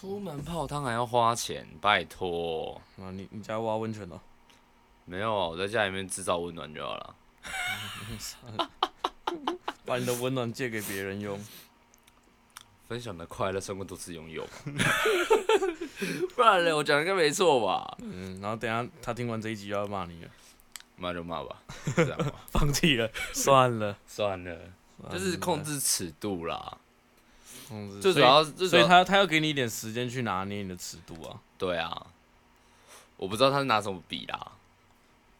出门泡汤还要花钱，拜托。啊，你你家挖温泉了？ 没有啊，我在家里面制造温暖就好了。把你的温暖借给别人用。分享的快乐胜过独自拥 有吧，不然嘞，我讲的应该没错吧？嗯，然后等一下他听完这一集又要骂你了， 骂就骂吧，这样吧放弃了， 算了，算了，就是控制尺度啦。控制。最主要，最主嗯所以要他他要给你一点时间去拿捏你的尺度啊，对啊，我不知道他是拿什么比啦，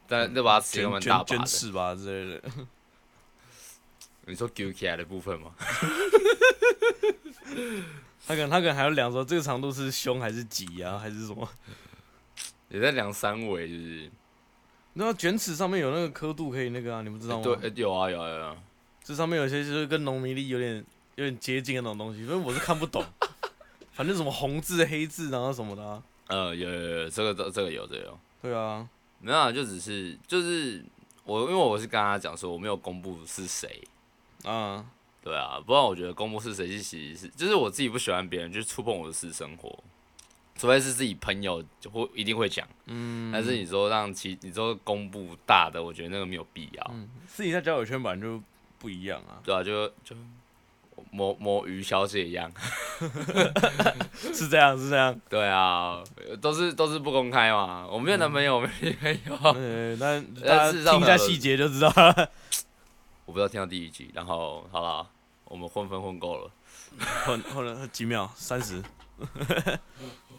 但那把它尺嗯卷根本大卷把卷的。尺吧之类的。 你说揪起来的部分吗？他可能他可能还要量说这个长度是胸还是脊啊，还是什么？ 也在量三围，就是那卷尺上面有那个刻度可以那个啊，你不知道吗？对，呃有啊有啊有啊，这上面有些就是跟农民历有点有点接近的那种东西，因为我是看不懂。 反正什么红字、黑字，然后什么的、啊，呃有有有，这个都这个有这个有。对啊，没有啊，就只是就是我，因为我是跟他讲说我没有公布是谁，啊，对啊，不然我觉得公布是谁其实是就是我自己不喜欢别人去触碰我的私生活，除非是自己朋友就会一定会讲，嗯，但是你说让其你说公布大的，我觉得那个没有必要，自己在交友圈本来就不一样 啊，对啊，就就某某鱼小姐一样， 是这样，是这样。对啊，都是都是不公开嘛，我没有男朋友，我没有女朋友，呃，那大家但哦事实上听一下还有细节就知道 了。我不知道听到第一集，然后好了，我们混分混够了。混混了几秒，三十，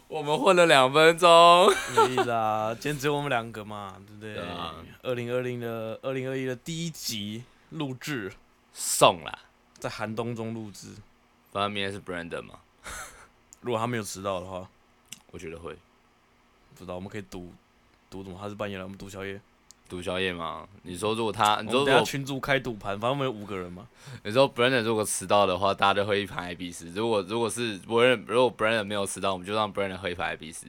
我们混了两分钟，没意思啊。今天只有我们两个嘛，对不对对啊？二零二零的二零二一的第一集录制，送啦。在寒冬中录制。反正明天是 Brandon 嘛，如果他没有迟到的话，我觉得会不知道我们可以赌赌什么？他是半夜来，我们赌宵夜。赌宵夜嘛。你说如果他，你我说们如等下果群主开赌盘，反正我们有五个人嘛。你说 Brandon 如果迟到的话，大家就喝一盘 IB 斯。如果如果是 Brandon 如果 Brandon 没有迟到，我们就让 Brandon 喝一盘 IB 斯。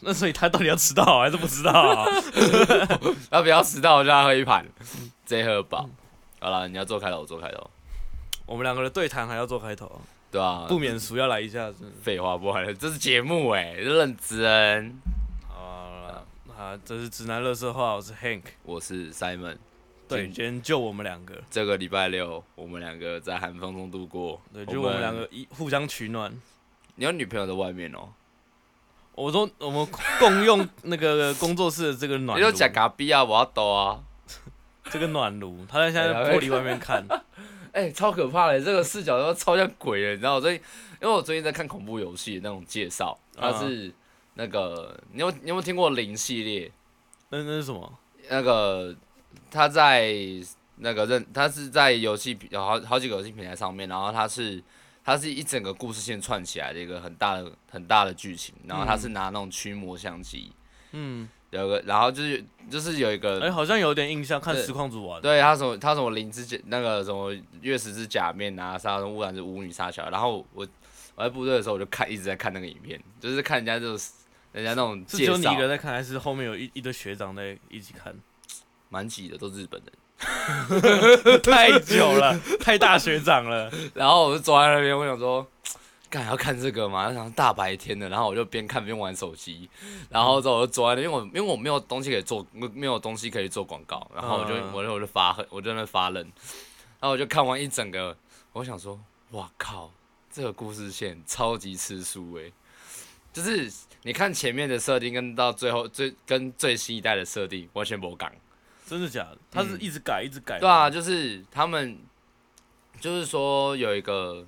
那所以他到底要迟到还是不迟到 啊？他不要迟到，我就让他喝一盘，直接喝嗯饱。好了，你要做开头，我做开头，我们两个的对谈还要做开头啊，对啊，嗯不免俗要来一下子。废话不完了，这是节目哎、认真。好啊，啊，这是直男乐色话，我是 Hank。我是 Simon，对，今今天就我们两个，这个礼拜六我们两个在寒风中度过。对，就我们两个，一互相取暖。你有女朋友在外面哦、我说我们共用那个工作室的这个暖你炉就，讲咖比啊，我要抖啊。这个暖炉，他在现在玻璃外面看，哎、超可怕的，这个视角都超像鬼的，你知道？我最近，因为我最近在看恐怖游戏的那种介绍，嗯它是那个，你有你有没有听过零系列？那那是什么？那个它在那个任，它是在游戏有好好几个游戏平台上面，然后它是它是一整个故事线串起来的一个很大的很大的剧情，然后它是拿那种驱魔相机，嗯，有个，然后就是就是有一个哎，好像有点印象，看对实况组玩。对他什么他什么灵之假那个什么月食之假面啊，杀人污染是舞女杀小，然后我我在部队的时候我就看一直在看那个影片，就是看人家这种人家那种是介只有你绍一，个在看，还是后面有一一堆学长在一起看？蛮挤的，都日本人。 太哎久了，太大学长了。然后我就坐在那边，我想说，干要看这个嘛，然后大白天的，然后我就边看边玩手机，然后之后我就坐在那，因为我因为我没有东西可以做，没没有东西可以做广告，然后我就、嗯我就我就发我就在那发愣，然后我就看完一整个，我想说，哇靠，这个故事线超级吃书诶、就是你看前面的设定跟到最后最跟最新一代的设定完全不港。真的假的？他是一直改，一直改嗯吗。对啊，就是他们，就是说有一个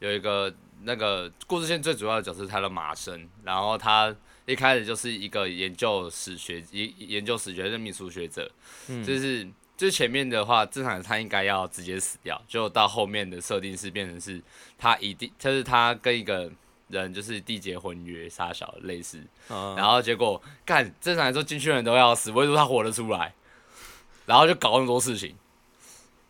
有一个那个故事线最主要的角色是他的马生，然后他一开始就是一个研究史学研研究史学的民俗学者，嗯就是就是前面的话，正常他应该要直接死掉，就到后面的设定是变成是他一定就是他跟一个人就是缔结婚约杀小类似，嗯，然后结果干，正常来说进去的人都要死，唯独他活得出来，然后就搞那么多事情，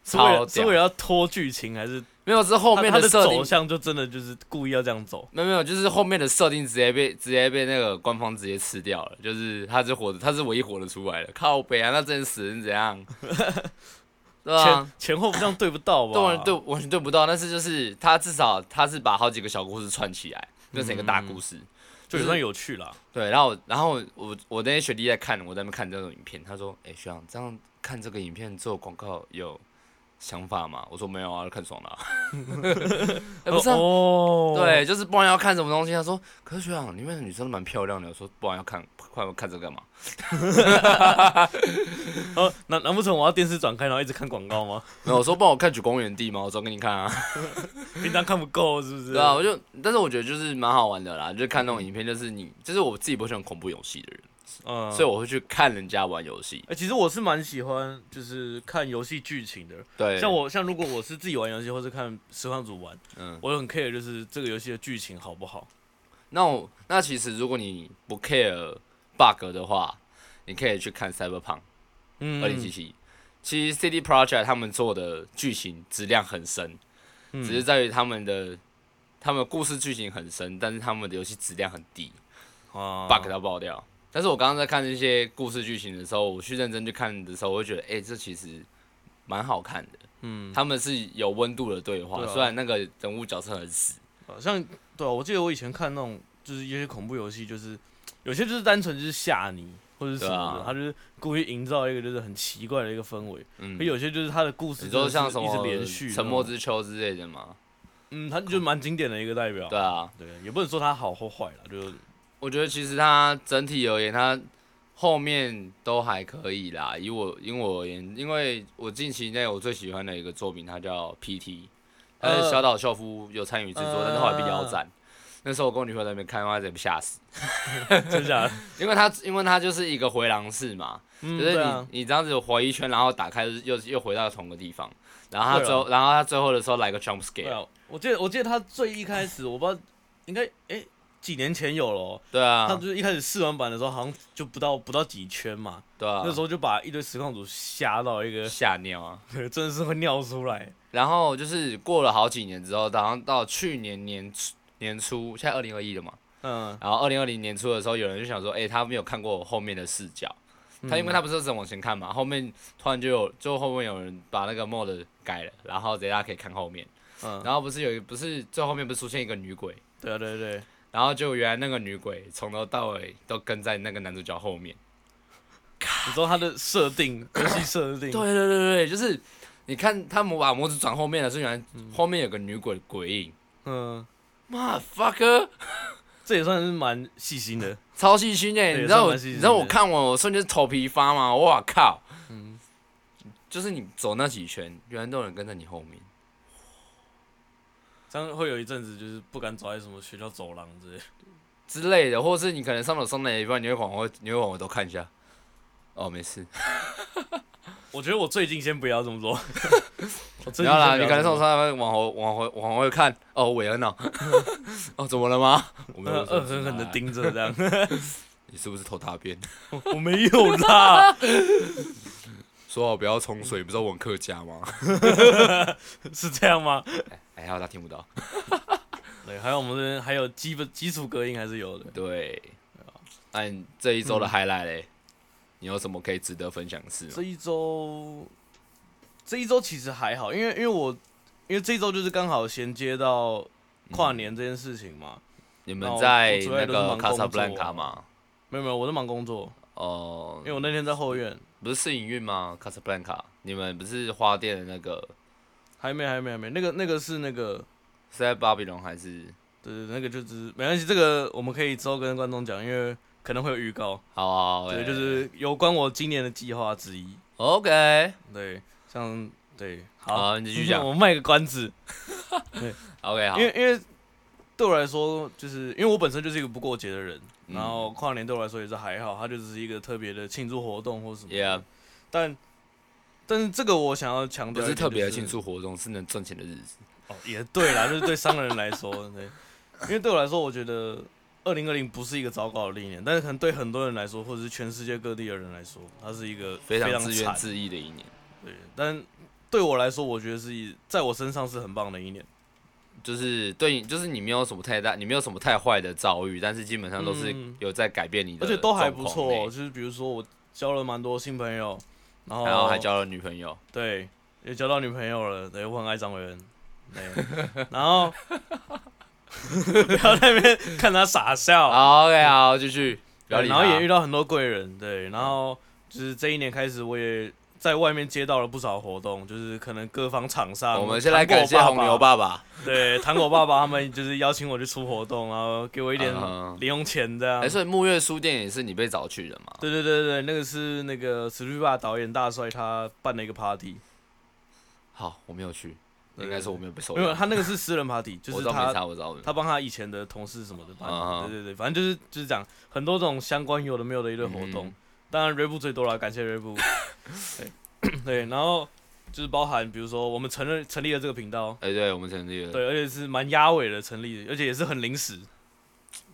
是为超了屌是为了要拖剧情，还是没有是后面他他的设走定，向就真的就是故意要这样走？没有没有，就是后面的设定直接被直接被那个官方直接吃掉了， 就是他是活的，他是唯一活得出来的，靠北啊，那真死人怎样？对前啊，前后这样对不到吧？对完对完全对不到，但是就是他至少他是把好几个小故事串起来，变成一个大故事。就也算有趣啦。对，然后然后我我那些学弟在看，我在那边看这种影片，他说：“哎、学长，这样看这个影片做广告有想法吗？”我说：“没有啊，看爽了、啊。 哎不是、啊，哦，对，就是不然要看什么东西。他说：“可是学长，里面的女生都蛮漂亮的。”我说：“不然要看，快看这个干嘛哦，难难不成我要电视转开，然后一直看广告吗？？” 然后我说：“帮我看《九公园地》吗？”我说：“给你看啊。”平常看不够是不是？对啊，我就，但是我觉得就是蛮好玩的啦，就看那种影片，就是你，就是我自己不是很恐怖游戏的人，嗯，所以我会去看人家玩游戏。哎、其实我是蛮喜欢就是看游戏剧情的。对，像我像如果我是自己玩游戏，或是看实况组玩，嗯，我很 care 就是这个游戏的剧情好不好。那我那其实如果你不 care bug 的话，你可以去看 Cyberpunk 嗯二零七七。其实 CD Project 他们做的剧情质量很深，嗯只是在于他们的他们的故事剧情很深，但是他们的游戏质量很低。啊 bug 到爆掉。但是我刚刚在看这些故事剧情的时候，我去认真去看的时候，我会觉得，哎、这其实蛮好看的。嗯，他们是有温度的对话，对啊虽然那个人物角色很死。好像对啊，我记得我以前看那种就是一些恐怖游戏，就是有些就是单纯就是吓你或者什么对的，啊他就是故意营造一个就是很奇怪的一个氛围。嗯可，有些就是他的故事你真的说是像什一直么连续《的沉默那种之秋》之类的嘛？嗯，他就蛮经典的一个代表。对啊，对，也不能说他好或坏啦，就我觉得其实它整体而言，它后面都还可以啦。以我因我而言，因为我近期内我最喜欢的一个作品，它叫 PT，它是呃小岛秀夫有参与制作，呃但是后来被腰斩。那时候我跟我女朋友在那边看，她直接被吓死，真假 的，因为它因为它就是一个回廊式嘛，嗯，就是你、对啊，你这样子回一圈，然后打开又又回到同个地方，然后它对啊最后、然后它最后的时候来个 jump 对 scare，啊，我记得我记得他最一开始，我不知道应该诶几年前有了哦、对他啊，就是一开始试完版的时候，好像就不到不到几圈嘛，对啊，那时候就把一堆实况组吓到一个，吓尿啊。 对，真的是会尿出来。然后就是过了好几年之后，好像到去年年初年初，现在二零二一了嘛，嗯，然后二零二零年初的时候，有人就想说，哎、他没有看过我后面的视角，他因为他不是只能往前看嘛，后面突然就有，就后面有人把那个 mod 改了，然后等一下可以看后面，嗯，然后不是有一不是最后面不是出现一个女鬼，对啊，对对对，然后就原来那个女鬼从头到尾都跟在那个男主角后面，你说他的设 定，游戏设对定，对对对，就是你看他们把模子转后面了，是原来后面有个女鬼鬼影，嗯，妈 fucker。这也算是蛮细心的。超细心哎、你对知道我，算蛮细心你的嗯知道我看完我瞬间头皮发麻，哇靠！就是你走那几圈，原来都有人跟在你后面。这样会有一阵子就是不敢走在什么学校走廊之类的，之类的，或者是你可能上楼上到一半，你会往后，你会往回头看一下。哦，没事，我觉得我最近先不要这么做， 我最近先不然后啦，这你么可能上楼做上到一半往后往回往回看，哦，韦 恩哦，哦，怎么了吗？我没有，恶狠呃狠的，盯着这样， 你是不是偷大便？我没有啦，说好不要冲水，不知道我很客家嗯吗？是这样吗？哎，还好他听不到。 对，还有我们这边还有基本基础隔音还是有的。对，那你这一嗯周的 highlight 嘞，你有什么可以值得分享的事吗？这一周，这一周其实还好，因为因为我因为这一周就是刚好衔接到嗯跨年这件事情嘛，你那们我在我主要那都是个忙卡萨工布作兰卡吗？没有没有，我在忙工作，哦、因为我那天在后院，不是试营运吗？卡萨布兰卡，你们不是花店的那个还没还没还没，那个那个是那个。是在巴比龙还是？对对，对那个就只是没关系，这个我们可以之后跟观众讲，因为可能会有预告。好啊，好对，欸就是有关我今年的计划之一。 OK。对，像对，好，。好，你继续讲我卖个关子， OK，好因。为因为对我来说，就是因为我本身就是一个不过节的人，嗯然后跨年对我来说也是还好，它就只是一个特别的庆祝活动或什么的。 Yeah，但但是这个我想要强不调一是点、特别的就是庆祝活动，是能赚钱的日子。哦，也对啦，就是对商人来说，对，因为对我来说，我觉得二零二零不是一个糟糕的一年，但是可能对很多人来说，或者是全世界各地的人来说，它是一个非常常自怨惨自艾的一年，对，但对我来说，我觉得是在我身上是很棒的一年，就是对你，就是你没有什么太大，你没有什么太坏的遭遇，但是基本上都是嗯有在改变你的而状况内，且都还不错哦、就是比如说我交了蛮多新朋友，然后然后还交了女朋友，对，也交到女朋友了，对，我很爱张伟恩，对，然后 不要在那边看他 傻笑，好，OK，好，继续，不要对理然后也遇他。到很多贵人，嗯对，然后就是这一年开始，我也在外面接到了不少活动，就是可能各方厂商，啊我们先来糖果感谢红牛爸爸爸，爸， 对，糖果爸爸他们就是邀请我去出活动，然后给我一点嗯零用钱这样哎，。所以木月书店也是你被找去的嘛？对对对对，那个是那个史蒂爸导演大帅他办了一个 party，好，我没有去，对应该是我没有被收没有养。他那个是私人 party，就哦我是知道没他差，我知道。他帮他以前的同事什么的办啊哈对对对，反正就是就是讲很多种相关有的没有的一堆活动。嗯当然瑞布最多了，感谢 瑞布。对 对，然后就是包含比如说我们承认成立了这个频道，哎，对，我们成立了。对，而且是蛮压尾的成立，而且也是很临时。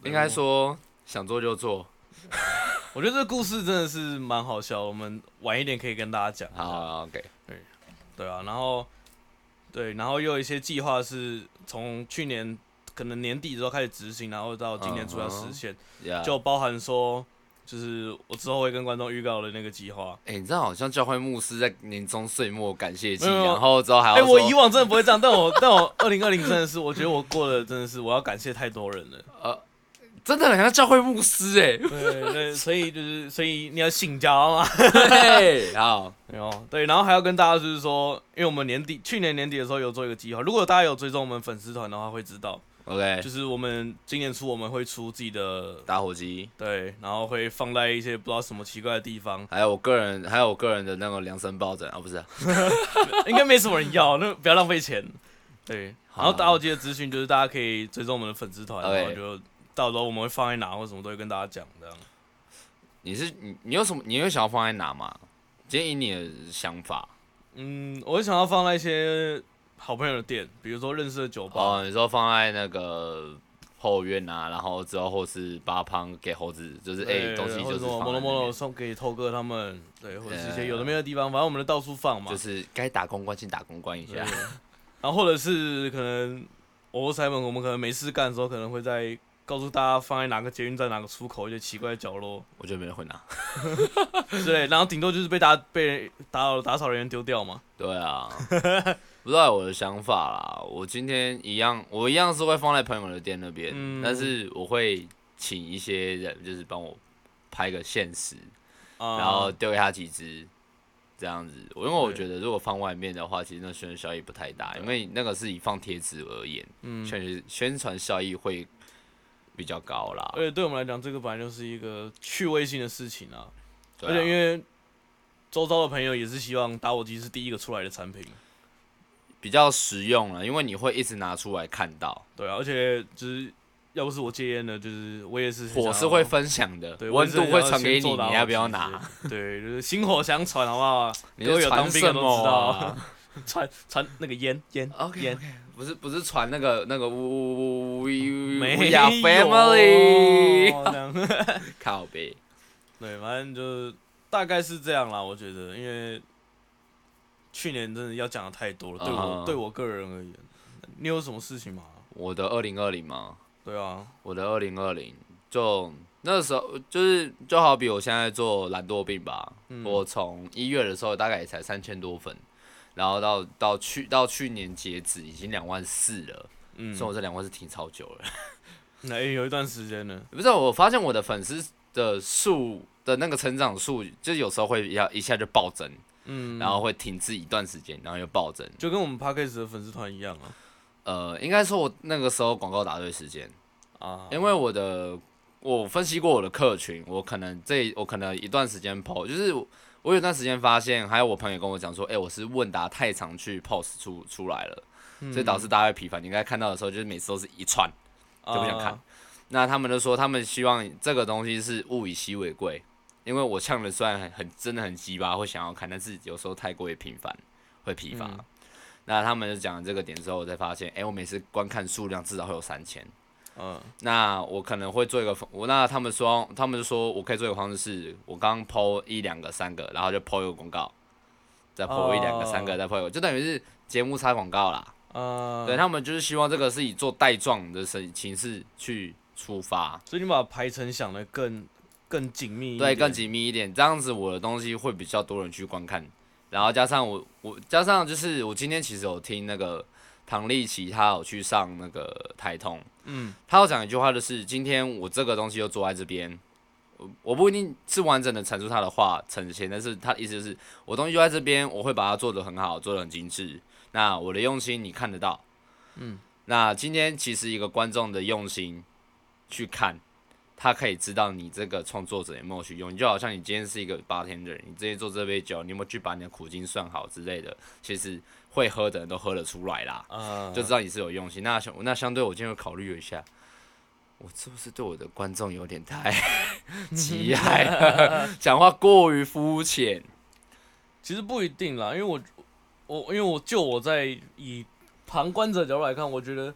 应该说想做就做。我觉得这个故事真的是蛮好笑，我们晚一点可以跟大家讲。好好，OK，对啊，然后对，然后又有一些计划是从去年可能年底之后开始执行，然后到今年主要嗯实现。 yeah 就包含说，就是我之后会跟观众预告的那个计划。哎、你知道好像教会牧师在年终岁末感谢祭，没有没有然后之后还要哎、我以为往真的不会这样，但我 但我二零二零真的是，我觉得我过的真的是我要感谢太多人了。呃，真的很像教会牧师 哎、对对，所以就是所以你要信教嘛， 嘿，好，然后对，然后还要跟大家就是说，因为我们年底去年年底的时候有做一个计划，如果大家有追踪我们粉丝团的话会知道， ，OK，就是我们今年初我们会出自己的。打火机，对，然后会放在一些不知道什么奇怪的地方，还有我个人，还有我个人的那个量身抱枕啊，不是啊、应该没什么人要，那不要浪 费钱。对，好然后打火机的资讯就是大家可以追踪我们的粉丝团， OK 然后就到时候我们会放在哪或什么都会跟大家讲这样。你是你你有什么，你有想要放在哪吗？建议你的想法嗯，我会想要放在一些好朋友的店，比如说认识的酒吧，哦，你说放在那个后院啊，然后之后或是八胖给猴子，就是哎、对东西就或者是什么放在那摩罗摩罗边，送给透哥他们，对，或者是一些对有的没的地方，反正我们都到处放嘛。就是该打公关先打公关一对下，然后或者是可能我和 Simon，我们可能没事干的时候，可能会在告诉大家放在哪个捷运站、哪个出口一些奇怪的角落 我觉得没人会拿。 之类，然后顶多就是被打被打扰打扫人员丢掉嘛。对啊， 不知道我的想法啦。我今天一样，我一样是会放在朋友的店那边，嗯但是我会请一些人，就是帮我拍个现实，啊然后丢给他几只，这样子。我因为我对觉得如果放外面的话，其实那宣传效益不太大，因为那个是以放贴纸而言，嗯，宣宣传效益会比较高啦。而且对我们来讲，这个本来就是一个趣味性的事情啊。对而且因啊，为周遭的朋友也是希望打火机是第一个出来的产品，比较实用了，因为你会一直拿出来看到，对啊。而且就是要不是我戒烟了，就是我也是很想火要是会分享的对，温度会传给你，我也是想你要不要先做打火拿？ 机之类的？对，就是薪火相传，好不好？你各位是有传当兵什的都知么道啊、 传传那个烟烟 OK，烟 OK，不是不是传那个那个呜呜呜呜呜没呀有 family 这样靠背，对，反正就是大概是这样啦。我觉得，因为去年真的要讲的太多了，对我、嗯对我个人而言，你有什么事情吗？我的二零二零嘛，对啊，我的二零二零就那时候就是就好比我现在做懒惰病吧，嗯我从一月的时候大概也才三千多粉，然后到到去到去年截止已经两万四了，嗯，所以我这两万是挺超久了。 那、欸、有一段时间了，不知道，我发现我的粉丝的数的那个成长数，就是有时候会要一下就暴增，嗯，然后会停滞一段时间，然后又暴增。就跟我们 podcast 的粉丝团一样啊呃，应该说我那个时候广告打对时间，啊，因为我的我分析过我的客群，我可能这我可能一段时间 PO，就是我我有段时间发现，还有我朋友跟我讲说，哎、我是问答太常去 post 出出来了，所以导致大家会疲烦。你应该看到的时候，就是每次都是一串，就就不想啊看。那他们就说，他们希望这个东西是物以稀为贵，因为我呛的虽然很很真的很鸡巴，会想要看，但是有时候太过于频繁会疲乏。嗯那他们就讲了这个点之后，我才发现，哎、我每次观看数量至少会有三千。嗯那我可能会做一个，我那他们说，他们就说我可以做一个方式是，我刚抛一两个、三个，然后就抛一个广告，再抛一两个、三个，哦再抛一个，就等于是节目插广告啦。啊，对他们就是希望这个是以做带状的形形式去出发，所以你把排程想的更更紧密一点，对，更紧密一点，这样子我的东西会比较多人去观看，然后加上我我加上就是我今天其实有听那个唐立奇，他有去上那个台通，嗯，他要讲一句话，就是今天我这个东西就坐在这边，我我不一定是完整的阐述他的话呈现，但是他的意思就是我东西就在这边，我会把它做得很好，做得很精致。那我的用心你看得到，嗯，那今天其实一个观众的用心去看，他可以知道你这个创作者有没有去用，就好像你今天是一个 bartender，你之前做这杯酒，你有没有去把你的苦精算好之类的，其实会喝的人都喝得出来啦。啊，就知道你是有用心。那相那相对，我今天有考虑了一下，我是不是对我的观众有点太急害了，讲话过于肤浅？其实不一定啦，因为我我因为我就我在以旁观者角度来看，我觉得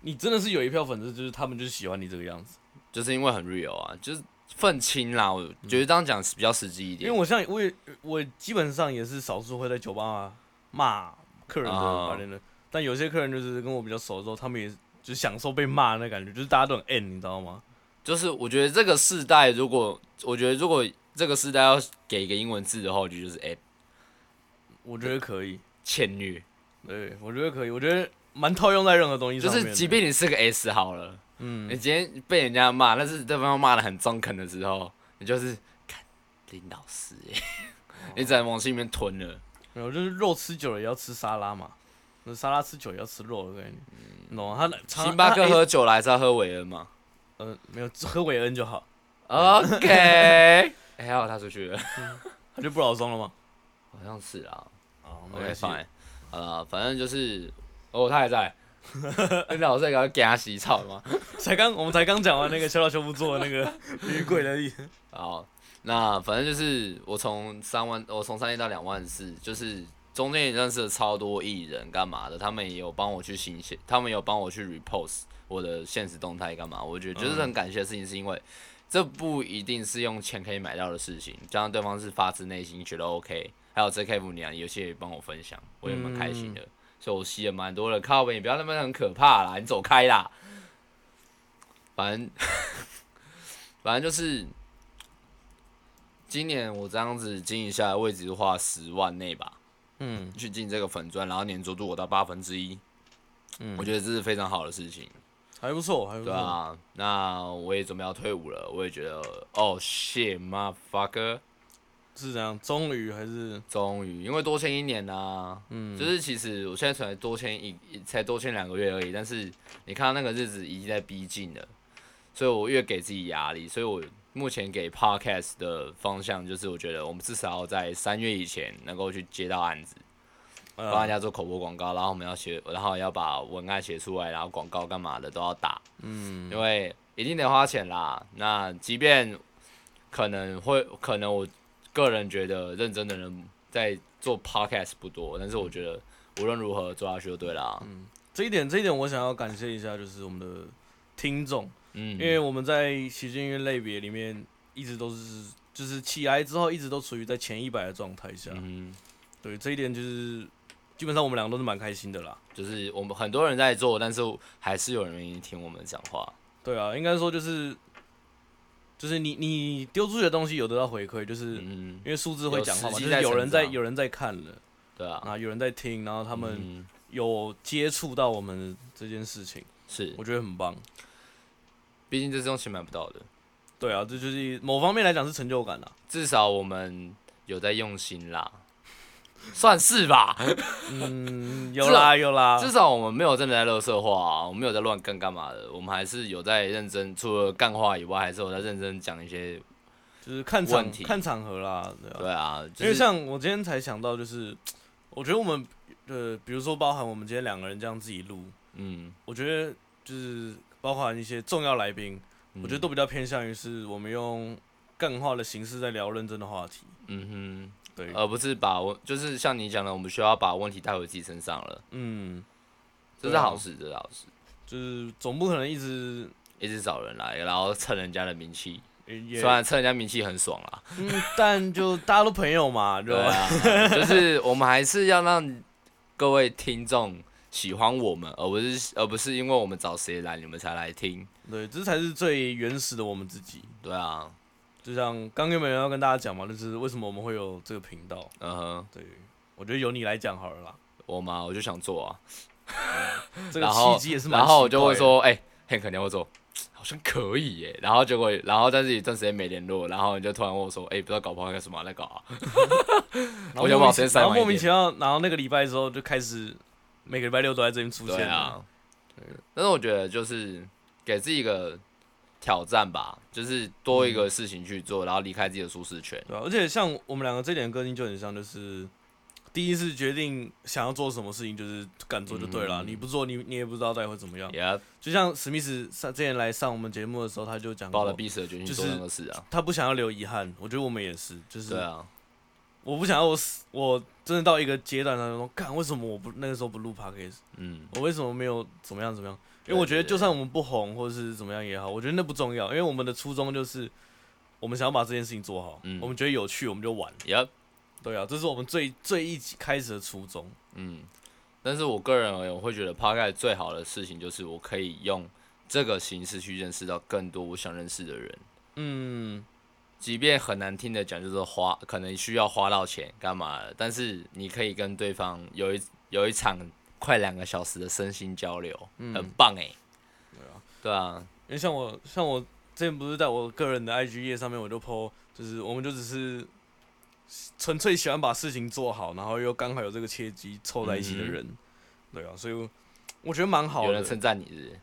你真的是有一票粉丝，就是他们就是喜欢你这个样子。就是因为很 real 啊，就是愤青啦。我觉得这样讲是比较实际一因点。为我像我也我基本上也是少数会在酒吧骂客人的啊白人的，但有些客人就是跟我比较熟之后，他们也就享受被骂的那感觉，就是大家都很 N，你知道吗？就是我觉得这个世代，如果我觉得如果这个世代要给一个英文字的话，我觉得就是哎、我觉得可以，欠虐，对我觉得可以，我觉得蛮套用在任何东西就上面的。是即便你是个 S 好了，嗯你，今天被人家骂，但是对方骂的很中肯的时候，你就是看林老师、欸，哦你只能往心里面吞了。没有，就是肉吃久了也要吃沙拉嘛，那沙拉吃久也要吃肉的概念，你懂吗？他的嗯星巴克，喝酒来还是要喝韦恩嘛他呃，没有喝韦恩就好，啊？OK，哎， 还好他出去了，他就不老松了吗？好像是啊。啊，没 OK 关系， fine，好了，反正就是，哦，他还在。你老师搞给他洗澡吗？ 才刚我们才刚讲完那个小岛修夫做的那个 女鬼的意，好，那反正就是我从三万，我从三亿到两万四，就是中间也认识了超多艺人干嘛的，他们也有帮我去行写，他们有帮我去 repost 我的现实动态干嘛，我觉得就是很感谢的事情，是因为这不一定是用钱可以买到的事情，加上对方是发自内心觉得 OK，还有 JK 你啊，有些也帮我分享，我也蛮开心的，所以我吸了蛮多的靠背，你不要那么很可怕啦，你走开啦，反正 反正就是。今年我这样子经营下来，我也只花十万内吧，嗯去进这个粉砖，然后粘着度我到八分之一，我嗯，觉得这是非常好的事情，还不错，还不对错，啊，那我也准备要退伍了，我也觉得，哦，shit，妈 fucker，是这样，终于还是终于，因为多签一年啦、嗯，就是其实我现在才多签一，一才多签两个月而已，但是你看到那个日子已经在逼近了，所以我越给自己压力，所以我目前给 podcast 的方向就是，我觉得我们至少要在三月以前能够去接到案子。帮人呃家做口播广告，然后我们要写，然后要把文案写出来，然后广告干嘛的都要打，嗯，因为一定得花钱啦。那即便可能会，可能我个人觉得认真的人在做 podcast 不多，但是嗯我觉得无论如何做下去就对啦。这一点这一点我想要感谢一下，就是我们的听众，嗯，因为我们在喜剧音乐类别里面一直都是就是起来之后一直都处于在前一百的状态下，嗯，对这一点就是基本上我们两个都是蛮开心的啦。就是我们很多人在做，但是还是有人愿意听我们讲话。对啊，应该说就是就是你你丢出去的东西有得到回馈，就是因嗯，为数字会讲话有嘛，实际就是有人在在成长有人在看了对啊，啊，有人在听，然后他们嗯有接触到我们这件事情，是，我觉得很棒。毕竟这是用钱买不到的，对啊，这就是某方面来讲是成就感啊啦。至少我们有在用心啦，算是 吧。嗯，啊有啦有啦，至少我们没有真的在乐色化、啊，我们没有在乱干干嘛的，我们还是有在认真，除了干话以外，还是有在认真讲一些。就是看场问题看场合啦，对啊。对啊，就是、因为像我今天才想到，就是我觉得我们呃，比如说包含我们今天两个人这样自己录，嗯，我觉得就是包含一些重要来宾，嗯我觉得都比较偏向于是我们用干话的形式在聊认真的话题。嗯哼，，对而不是把问，就是像你讲的，我们需要把问题带回自己身上了，嗯，这对是啊好事，这是好事。就是总不可能一直一直找人来，然后蹭人家的名气，呃也虽，然蹭人家名气很爽啦，嗯，但就大家都朋友嘛，对对吧？啊，就是我们还是要让各位听众喜欢我们，而不是而不是因为我们找谁来你们才来听，对，这才是最原始的我们自己。对啊，就像刚有没有人要跟大家讲嘛，就是为什么我们会有这个频道？嗯哼，对，我觉得由你来讲好了啦。我嘛，我就想做啊，这个然后契机也是蛮然后我奇怪就会的，说，哎、很肯定会做，好像可以耶。然后结果，然后但是一段时间没联络，然后你就突然问我说，哎、不知道搞不好干什么啊在搞 啊？然后我想莫把名时间其塞然后满一莫名点其妙，然后那个礼拜之后就开始每个礼拜六都在这边出对现了。啊，但是我觉得就是给自己一个挑战吧，就是多一个事情去做，然后离开自己的舒适圈。对啊，而且像我们两个这点个性就很像，就是第一次决定想要做什么事情，就是敢做就对了啊。嗯你不做，你你也不知道到底会怎么样。也要就像史密斯上之前来上我们节目的时候，他就讲抱了过，必死的决心嗯就是做那个事啊。他不想要留遗憾。我觉得我们也是，就是对啊，我不想要我死，我真的到一个阶段当中，看为什么我不那个时候不录 podcast，嗯，我为什么没有怎么样怎么样？对因为我对觉得对就算我们不红或者是怎么样也好，我觉得那不重要，因为我们的初衷就是我们想要把这件事情做好，嗯我们觉得有趣我们就玩。也要对啊，这是我们最最一起开始的初衷。嗯，但是我个人而言，我会觉得 p o d 最好的事情就是我可以用这个形式去认识到更多我想认识的人，嗯，即便很难听的讲，就是花可能需要花到钱干嘛的，但是你可以跟对方有一有一场快两个小时的身心交流，嗯很棒哎、对啊，因为像我像我之前不是在我个人的 IG 页上面，我就 po，就是我们就只是纯粹喜欢把事情做好，然后又刚好有这个契机凑在一起的人。对啊，所以我我觉得蛮好嗯有人的。称赞你是不是？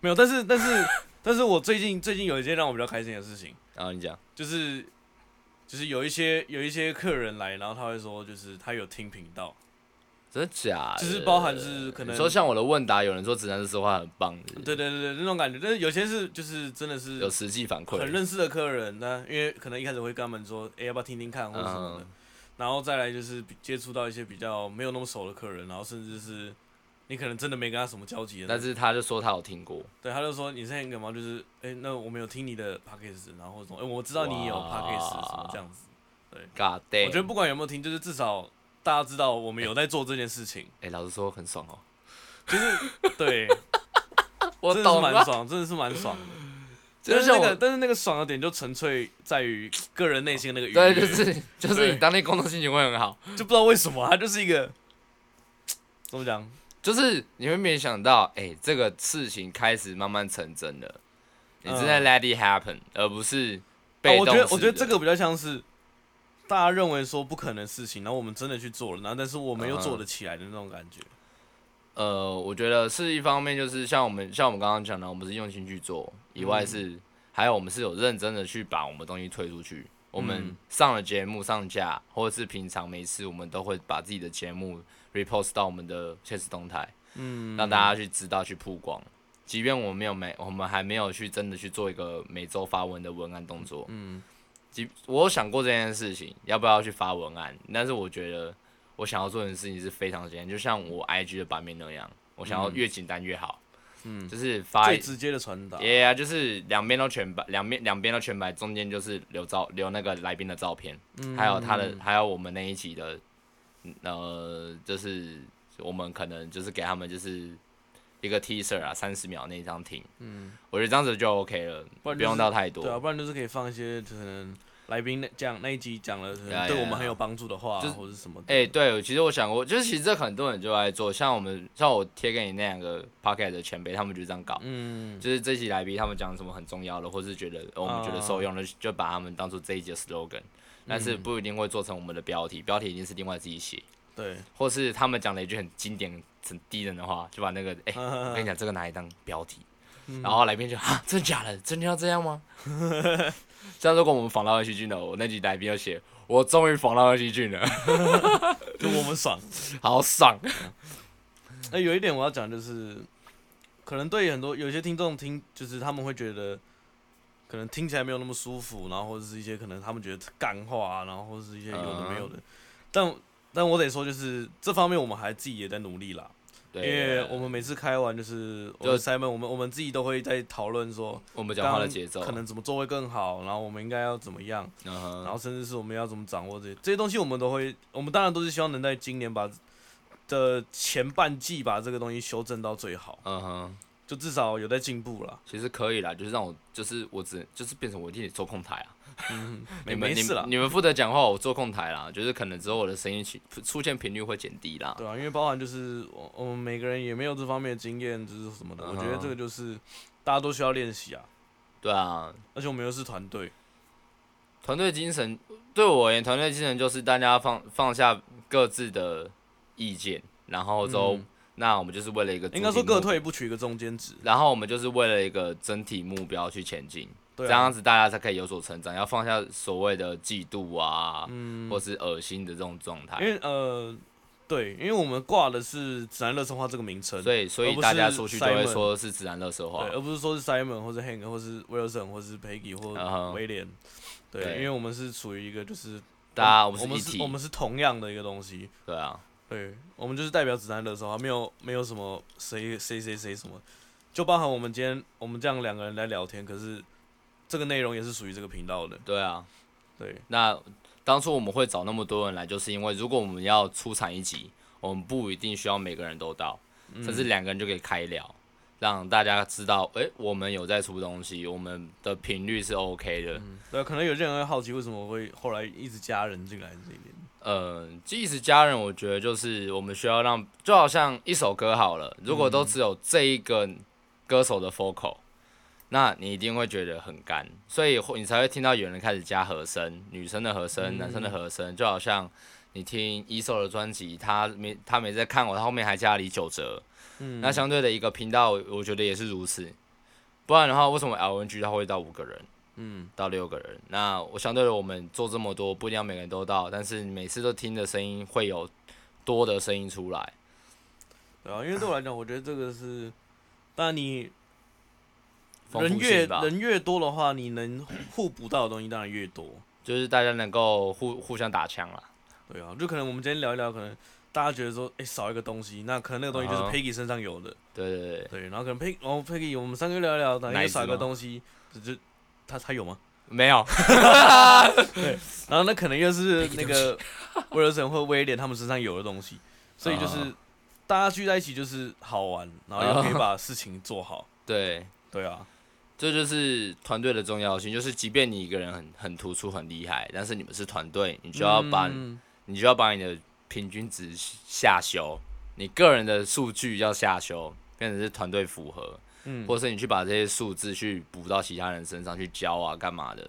没有，但是但是但是我最近最近有一件让我比较开心的事情，然后你讲，就是就是有一些有一些客人来，然后他会说，就是他有听频道，真的假的？就是包含是可能哎你说像我的问答，有人说直男说话很棒，是不是对对对对那种感觉。但是有些是就是真的是有实际反馈，很认识的客人，那因为可能一开始会跟他们说，哎、要不要听听看或者什么的，嗯然后再来就是比接触到一些比较没有那么熟的客人，然后甚至是你可能真的没跟他什么交集的，但是他就说他有听过，对他就说你现在干嘛？就是哎、诶那我们有听你的 podcast，然后或者什么，哎、我知道你有哇 podcast 什么这样子， God damn！我觉得不管有没有听，就是至少大家知道我们有在做这件 事情，哎、老实说很爽哦、对，我真的是懂蛮了，爽，真的是蛮爽的。 就但是是那像个，我，但是那个爽的点就纯粹在于个人内心的那个愉对，悦就是就是对你当天工作心情会很好，就不知道为什么，他就是一个怎么讲？就是你会没想到，哎、这个事情开始慢慢成真了，你正在嗯 let it happen，、而不是啊被我动、觉得我觉得这个，比较像是大家认为说不可能的事情，然后我们真的去做了，然后但是我们又嗯哼做得起来的那种感觉。嗯呃，我觉得是一方面，就是像我们像我们刚刚讲的，我们是用心去做，以嗯外是、还有我们是有认真的去把我们东西推出去。我们嗯上了节目上架，或者是平常每次我们都会把自己的节目 repost 到我们的现实动态，嗯，让大家去知道去曝光。即便我们没有每我们还没有去真的去做一个每周发文的文案动作，嗯，即我有想过这件事情要不要去发文案，但是我觉得我想要做的事情是非常简单，就像我 IG 的版面那样，我想要越简单越好，嗯就是发最直接的传达。哎也啊，就是两边都全白，两边两边都全白，中间就是留照留那个来宾的照片，嗯还有他的，还有我们那一期的，嗯呃，就是我们可能就是给他们就是一个 T 恤啊，三十秒那一张听，嗯，我觉得这样子就 OK 了，不然就是用到太多，对啊，不然就是可以放一些可能来宾那讲那一集讲了可能对啊对对啊我们很有帮助的话，就是或者什么的。哎、对，其实我想过，就是其实这很多人就爱做，像我们像我贴给你那两个 Pocket 的前辈，他们就这样搞，嗯，就是这期来宾他们讲什么很重要的，或是觉得、呃我哦们觉得受用的，就把他们当做这一集的 slogan，但是嗯不一定会做成我们的标题，标题一定是另外自己写，对，或是他们讲了一句很经典、很低人的话，就把那个嗯哎、我跟你讲这个拿来当标题，然后来宾就啊，真的假的？真的要这样吗？ 像如果我们访到二西俊了，我那集来宾要写，我终于访到二西俊了， 就我们爽。好爽！那哎有一点我要讲就是，可能对很多有些听众听，就是他们会觉得，可能听起来没有那么舒服，然后或者是一些可能他们觉得干话啊，然后或者是一些有的没有嗯的。但但我得说，就是这方面我们还自己也在努力啦，因对，啊为我们每次开完就是我就们 Simon，我们我们自己都会在讨论说，我们讲刚话刚的节奏，可能怎么做会更好，然后我们应该要怎么样，嗯哼然后甚至是我们要怎么掌握这些这些东西，我们都会，我们当然都是希望能在今年把的前半季把这个东西修正到最好。嗯哼，就至少有在进步了。其实可以啦，就是让我就是我只就是变成我一定得做控台啊。嗯，你没们没你事们了，你们负责讲话，我做控台啦。就是可能之后我的声音起出现频率会减低啦。对啊，因为包含就是我我们每个人也没有这方面的经验，就是什么的。我觉得嗯这个就是大家都需要练习啊，对啊，而且我们又是团队，团队精神对我而言，团队精神就是大家放放下各自的意见，然后之后、嗯那我们就是为了一个应该说主题目各，退一步，取一个中间值。然后我们就是为了一个整体目标去前进，对这样啊，子大家才可以有所成长。要放下所谓的嫉妒啊，嗯，或是恶心的这种状态因。为呃，对，因为我们挂的是指南乐生化这个名称，所对，以，所而以不是大家出去都会 Simon 说是自然乐色化。而不是说是 Simon 或是 Hank 或是 Wilson 或是 Peggy 嗯哼或威廉，对，对因为我们是处于一个就是大家，我我们我是一们体是我，们是同样的一个东西，对啊，对，我们就是代表指南乐生化，没有没有什么谁谁谁谁什么，就包含我们今天我们这样两个人来聊天，可是这个内容也是属于这个频道的，对啊。对，那当初我们会找那么多人来，就是因为如果我们要出产一集，我们不一定需要每个人都到，嗯甚至两个人就可以开聊，让大家知道，诶，我们有在出东西，我们的频率是 OK 的。对，啊可能有些人会好奇为什么我会后来一直加人进来这一边，呃，即使家人，我觉得就是我们需要让，就好像一首歌好了，如果嗯都只有这一个歌手的 vocal，、那你一定会觉得很干，所以会你才会听到有人开始加和声，女生的和声，嗯男生的和声，就好像你听一首的专辑，他没他没在看我，他后面还加李玖哲，嗯，那相对的一个频道，我觉得也是如此，不然的话，为什么 LNG 它会到五个人？嗯。到六个人。那我相对的，我们做这么多，不一定要每个人都到，但是每次都听的声音会有多的声音出来。对啊，因为对我来讲，我觉得这个是，当然你丰人富越性吧，人越多的话，你能互补到的东西当然越多。就是大家能够互互相打枪啦。对啊，就可能我们今天聊一聊，可能大家觉得说，哎、少一个东西，那可能那个东西就是啊哈 Peggy 身上有的，对对对，对，然后可能 Peg，然后 Peggy 我们三个聊一聊，然后奶又子少一个吗东西，就就他他有吗？没有，然后那可能又是 Peggy，那对不个威尔森或威廉他们身上有的东西，所以就是、啊大家聚在一起就是好玩，然后又可以啊把事情做好。对，对啊，这就是团队的重要性。就是即便你一个人很很突出很厉害，但是你们是团队，你就要把、嗯你就要把你的平均值下修，你个人的数据要下修，变成是团队符合。嗯或是你去把这些数字去补到其他人身上去教啊，干嘛的？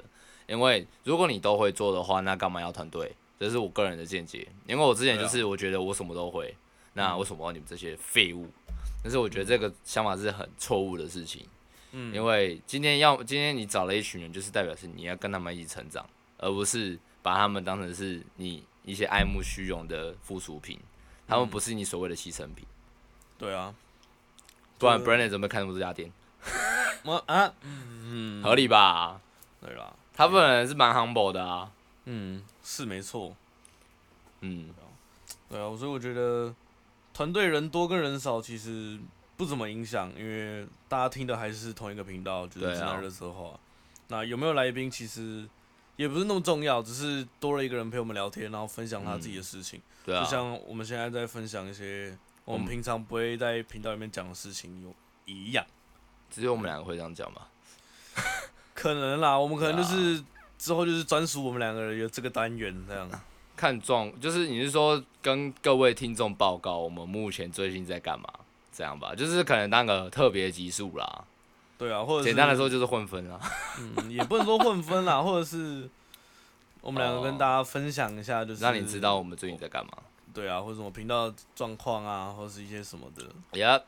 因为如果你都会做的话，那干嘛要团队？这是我个人的见解。因为我之前就是我觉得我什么都会，那为什么要你们这些废物？但是我觉得这个想法是很错误的事情，嗯因为今天要今天你找了一群人，就是代表是你要跟他们一起成长，而不是把他们当成是你一些爱慕虚荣的附属品，他嗯们不是你所谓的牺牲品。对啊，不然这 Brandon 怎么会开那么多家店？我啊，嗯，合理吧？对啦，他本人是蛮 humble 的啊。嗯，是没错，嗯，对啊，所以我觉得团队人多跟人少其实不怎么影响，因为大家听的还是同一个频道，就对啊是直男热色话。那有没有来宾其实也不是那么重要，只是多了一个人陪我们聊天，然后分享他自己的事情，对啊嗯就，像我们现在在分享一些我我们们平常不会在频道里面讲的事情有一样，只有我们两个会这样讲嘛。可能啦，我们可能对就啊是。之后就是专属我们两个人有这个单元这样，看状，就是你是说跟各位听众报告我们目前最近在干嘛，这样吧，就是可能当个特别集数啦。对啊，或者是简单来说就是混分啦。嗯，也不能说混分啦，或者是我们两个跟哦大家分享一下，就是让你知道我们最近在干嘛。对啊，或者什么频道状况啊，或是一些什么的，呀，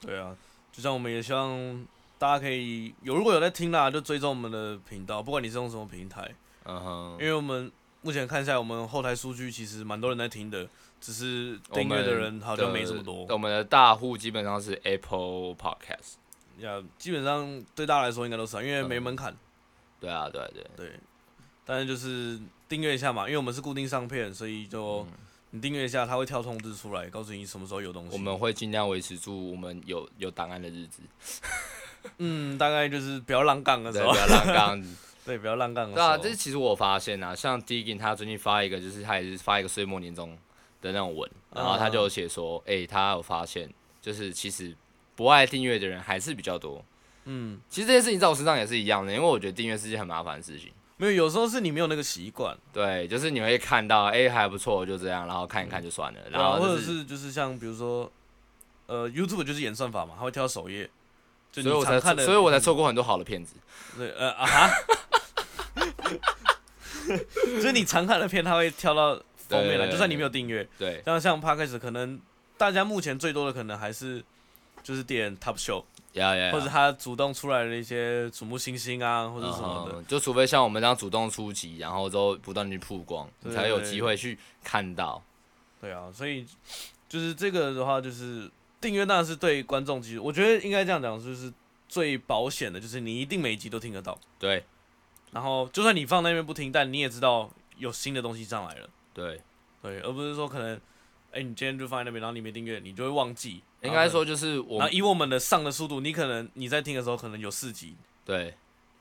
对啊，就像我们也希望大家可以有如果有在听啦，就追踪我们的频道，不管你是用什么平台，嗯哼，因为我们目前看下来，我们后台数据其实蛮多人在听的，只是我订阅的们人好像没什么多对我们的大户基本上是 Apple Podcast。呀，基本上对大家来说应该都是啊，因为没嗯门槛，对啊，对啊对啊，对，但是就是订阅一下嘛，因为我们是固定上片，所以就嗯你订阅一下，它会跳通知出来，告诉你什么时候有东西。我们会尽量维持住我们有有档案的日子，嗯，大概就是不要浪杠的对，时不候，要浪 杠。对，不要浪杠的时对候。啊，这其实我有发现啊，像 Diggin 他最近发一个，就是他也是发一个岁末嗯年终的那种文，然后他就有写说，哎、他有发现，就是其实不爱订阅的人还是比较多。嗯，其实这件事情在我身上也是一样的，因为我觉得订阅是件很麻烦的事情。没有，有时候是你没有那个习惯，对，就是你会看到，哎、还不错，就这样，然后看一看就算了，对然啊后、或就者是就是像比如说，呃，YouTube 就是演算法嘛，它会挑首页，就所以你我常才看的，所以我才错过很多好的片子。对，呃啊哈， 所以你常看的片，它会挑到封面来，对就算你没有订阅， 对，像像 Podcast 可能大家目前最多的可能还是就是点 Top Show，呀哎呀呀，或者它主动出来的一些瞩目新星啊，或者什么的，嗯就除非像我们这样主动出击，然后之后不断地去曝光，你对才有机会去看到。对啊，所以就是这个的话，就是订阅当然是对观众其实我觉得应该这样讲，就是最保险的，就是你一定每一集都听得到，对然后就算你放那边不听，但你也知道有新的东西上来了。对，对，而不是说可能，哎、你今天就放在那边，然后你没订阅，你就会忘记。应该然后说就是可能，我然们后以我们的上的速度，你可能你在听的时候可能有四集，对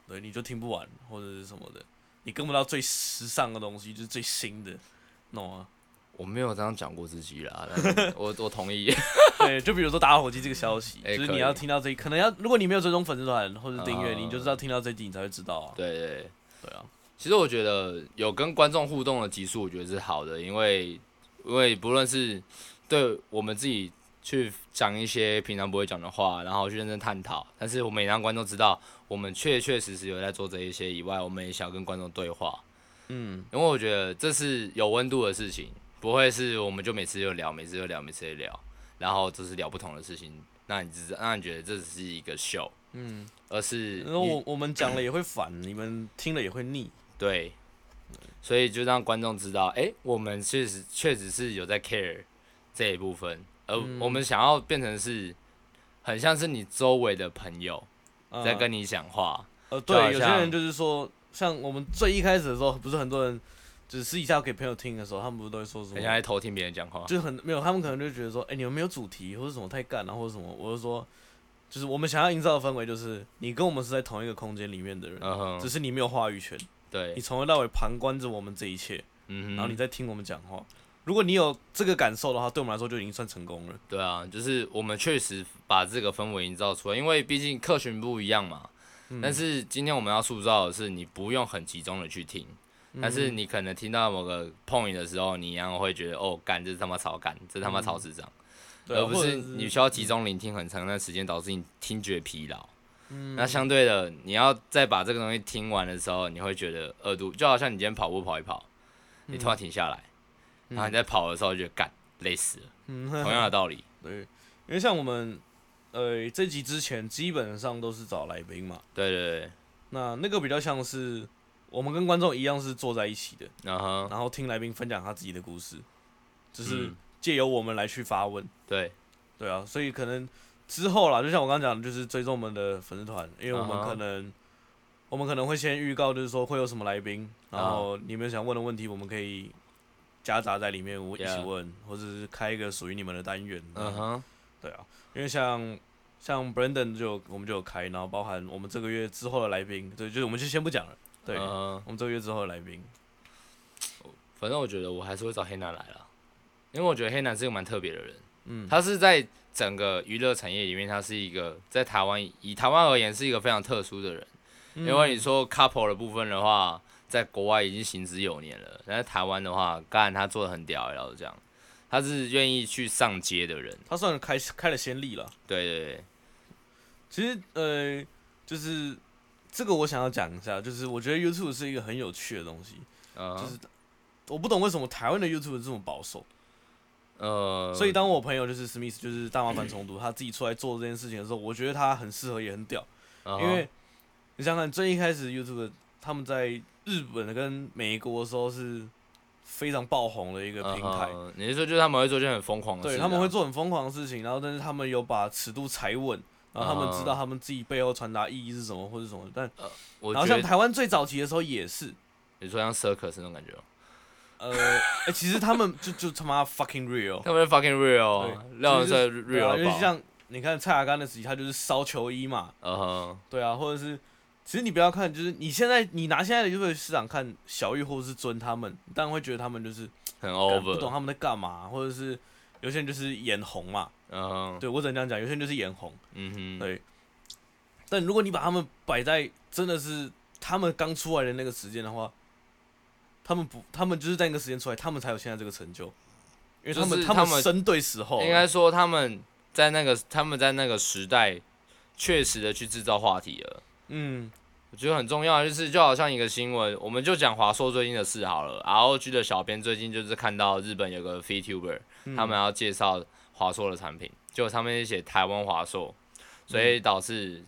对，你就听不完或者是什么的，你跟不到最时尚的东西，就是最新的，懂吗？ 我没有这样讲过自己啦，但是我我同意。对，就比如说打火机这个消息，哎就是可你以要听到这，可能要如果你没有追踪粉丝团或者订阅，啊你就知道听到这集，你才会知道啊。对对对，对啊，其实我觉得有跟观众互动的集数，我觉得是好的，因为因为不论是对我们自己去讲一些平常不会讲的话，然后去认真探讨，但是我们也让观众知道，我们确确实实有在做这一些以外，我们也想要跟观众对话。嗯，因为我觉得这是有温度的事情，不会是我们就每次就聊，每次就聊，每次就聊，然后就是聊不同的事情。那你只是那你觉得这只是一个秀，嗯，而是然后你我我们讲了也会烦，你们听了也会腻。对，所以就让观众知道，哎、我们确实确实是有在 care 这一部分，而嗯我们想要变成是很像是你周围的朋友嗯在跟你讲话，呃，就好对，有些人像就是说，像我们最一开始的时候，不是很多人就是私底下给朋友听的时候，他们不是都会说什很像在么？偷听别人讲话。就是很没有，他们可能就觉得说，哎、你们没有主题，或者什么太干了、啊或者什么。我就说，就是我们想要营造的氛围，就是你跟我们是在同一个空间里面的人，嗯只哼，是你没有话语权，你对，从头到尾旁观着我们这一切，嗯然后你哼，在听我们讲话。如果你有这个感受的话，对我们来说就已经算成功了。对啊，就是我们确实把这个氛围营造出来，因为毕竟客群不一样嘛。嗯但是今天我们要塑造的是，你不用很集中的去听，嗯但是你可能听到某个 point 的时候，你一样会觉得，哦，干，这他妈超干，这他妈嗯超智障。对啊而不或者是是你需要集中聆听很长一段时间，导致你听觉疲劳。嗯那相对的，你要再把这个东西听完的时候，你会觉得二度，就好像你今天跑步跑一跑，你嗯突然停下来，然后你在跑的时候就觉得干累死了，嗯同 样的道理。对，因为像我们呃这集之前基本上都是找来宾嘛，对对对，那那个比较像是我们跟观众一样是坐在一起的，然后然后听来宾分享他自己的故事，就是嗯借由我们来去发问，对对啊，所以可能之后啦，就像我刚刚讲的，就是追踪我们的粉丝团，因为我啊们哈可能。我们可能会先预告，就是说会有什么来宾，然啊后你们想问的问题，我们可以夹杂在里面，我一起 Yeah 问或者是开一个属于你们的单元。嗯哼，对啊，因为像像 Brandon 就有我们就有开，然后包含我们这个月之后的来宾，对，就是我们就先不讲了。对，嗯哼我们这个月之后的来宾，反正我觉得我还是会找黑男来啦，因为我觉得黑男是一个蛮特别的人。嗯，他是在整个娱乐产业里面，他是一个在台湾以台湾而言是一个非常特殊的人。嗯因为你说 couple 的部分的话，在国外已经行之有年了，但在台湾的话，干他做的很屌、欸，老实讲，他是愿意去上街的人。他算是开开了先例了。对对对，其实呃，就是这个我想要讲一下，就是我觉得 YouTube 是一个很有趣的东西，嗯、就是我不懂为什么台湾的 YouTube 这么保守。呃，所以当我朋友就是史密斯，就是大麻烦重读，他自己出来做这件事情的时候，我觉得他很适合，也很屌。嗯哼因为你想想看，最一开始 YouTube 他们在日本跟美国的时候是非常爆红的一个平台，嗯哼你是说就是他们会做一件很疯狂的事、啊对他们会，做很疯狂的事情，然后但是他们有把尺度踩稳，然后他们知道他们自己背后传达意义是什么或者什么，但啊我然后觉像得台湾最早期的时候也是。你说像 circus 那种感觉哦，呃，欸其实他们就就他妈 fucking real，他们是 fucking real，哦对让人就在 是 real 啊，因为爆像你看蔡雅刚的时期，他就是烧球衣嘛，嗯哼，对啊，或者是，其实你不要看，就是你现在你拿现在的 YouTube 市场看小玉或者是尊他们，你当然会觉得他们就是很可能不懂 over，他们在干嘛，或者是有些人就是眼红嘛，嗯对我只能这样讲，有些人就是眼红，嗯哼，对。但如果你把他们摆在真的是他们刚出来的那个时间的话，他们不，他们就是在那个时间出来，他们才有现在这个成就，因为他就们是他他们生对啊时候了，应该说他们在那个他们在那个时代确实的去制造话题了。嗯，我觉得很重要，就是就好像一个新闻，我们就讲华硕最近的事好了。R O G 的小编最近就是看到日本有个 VTuber，、嗯他们要介绍华硕的产品，结果上面写台湾华硕，所以导致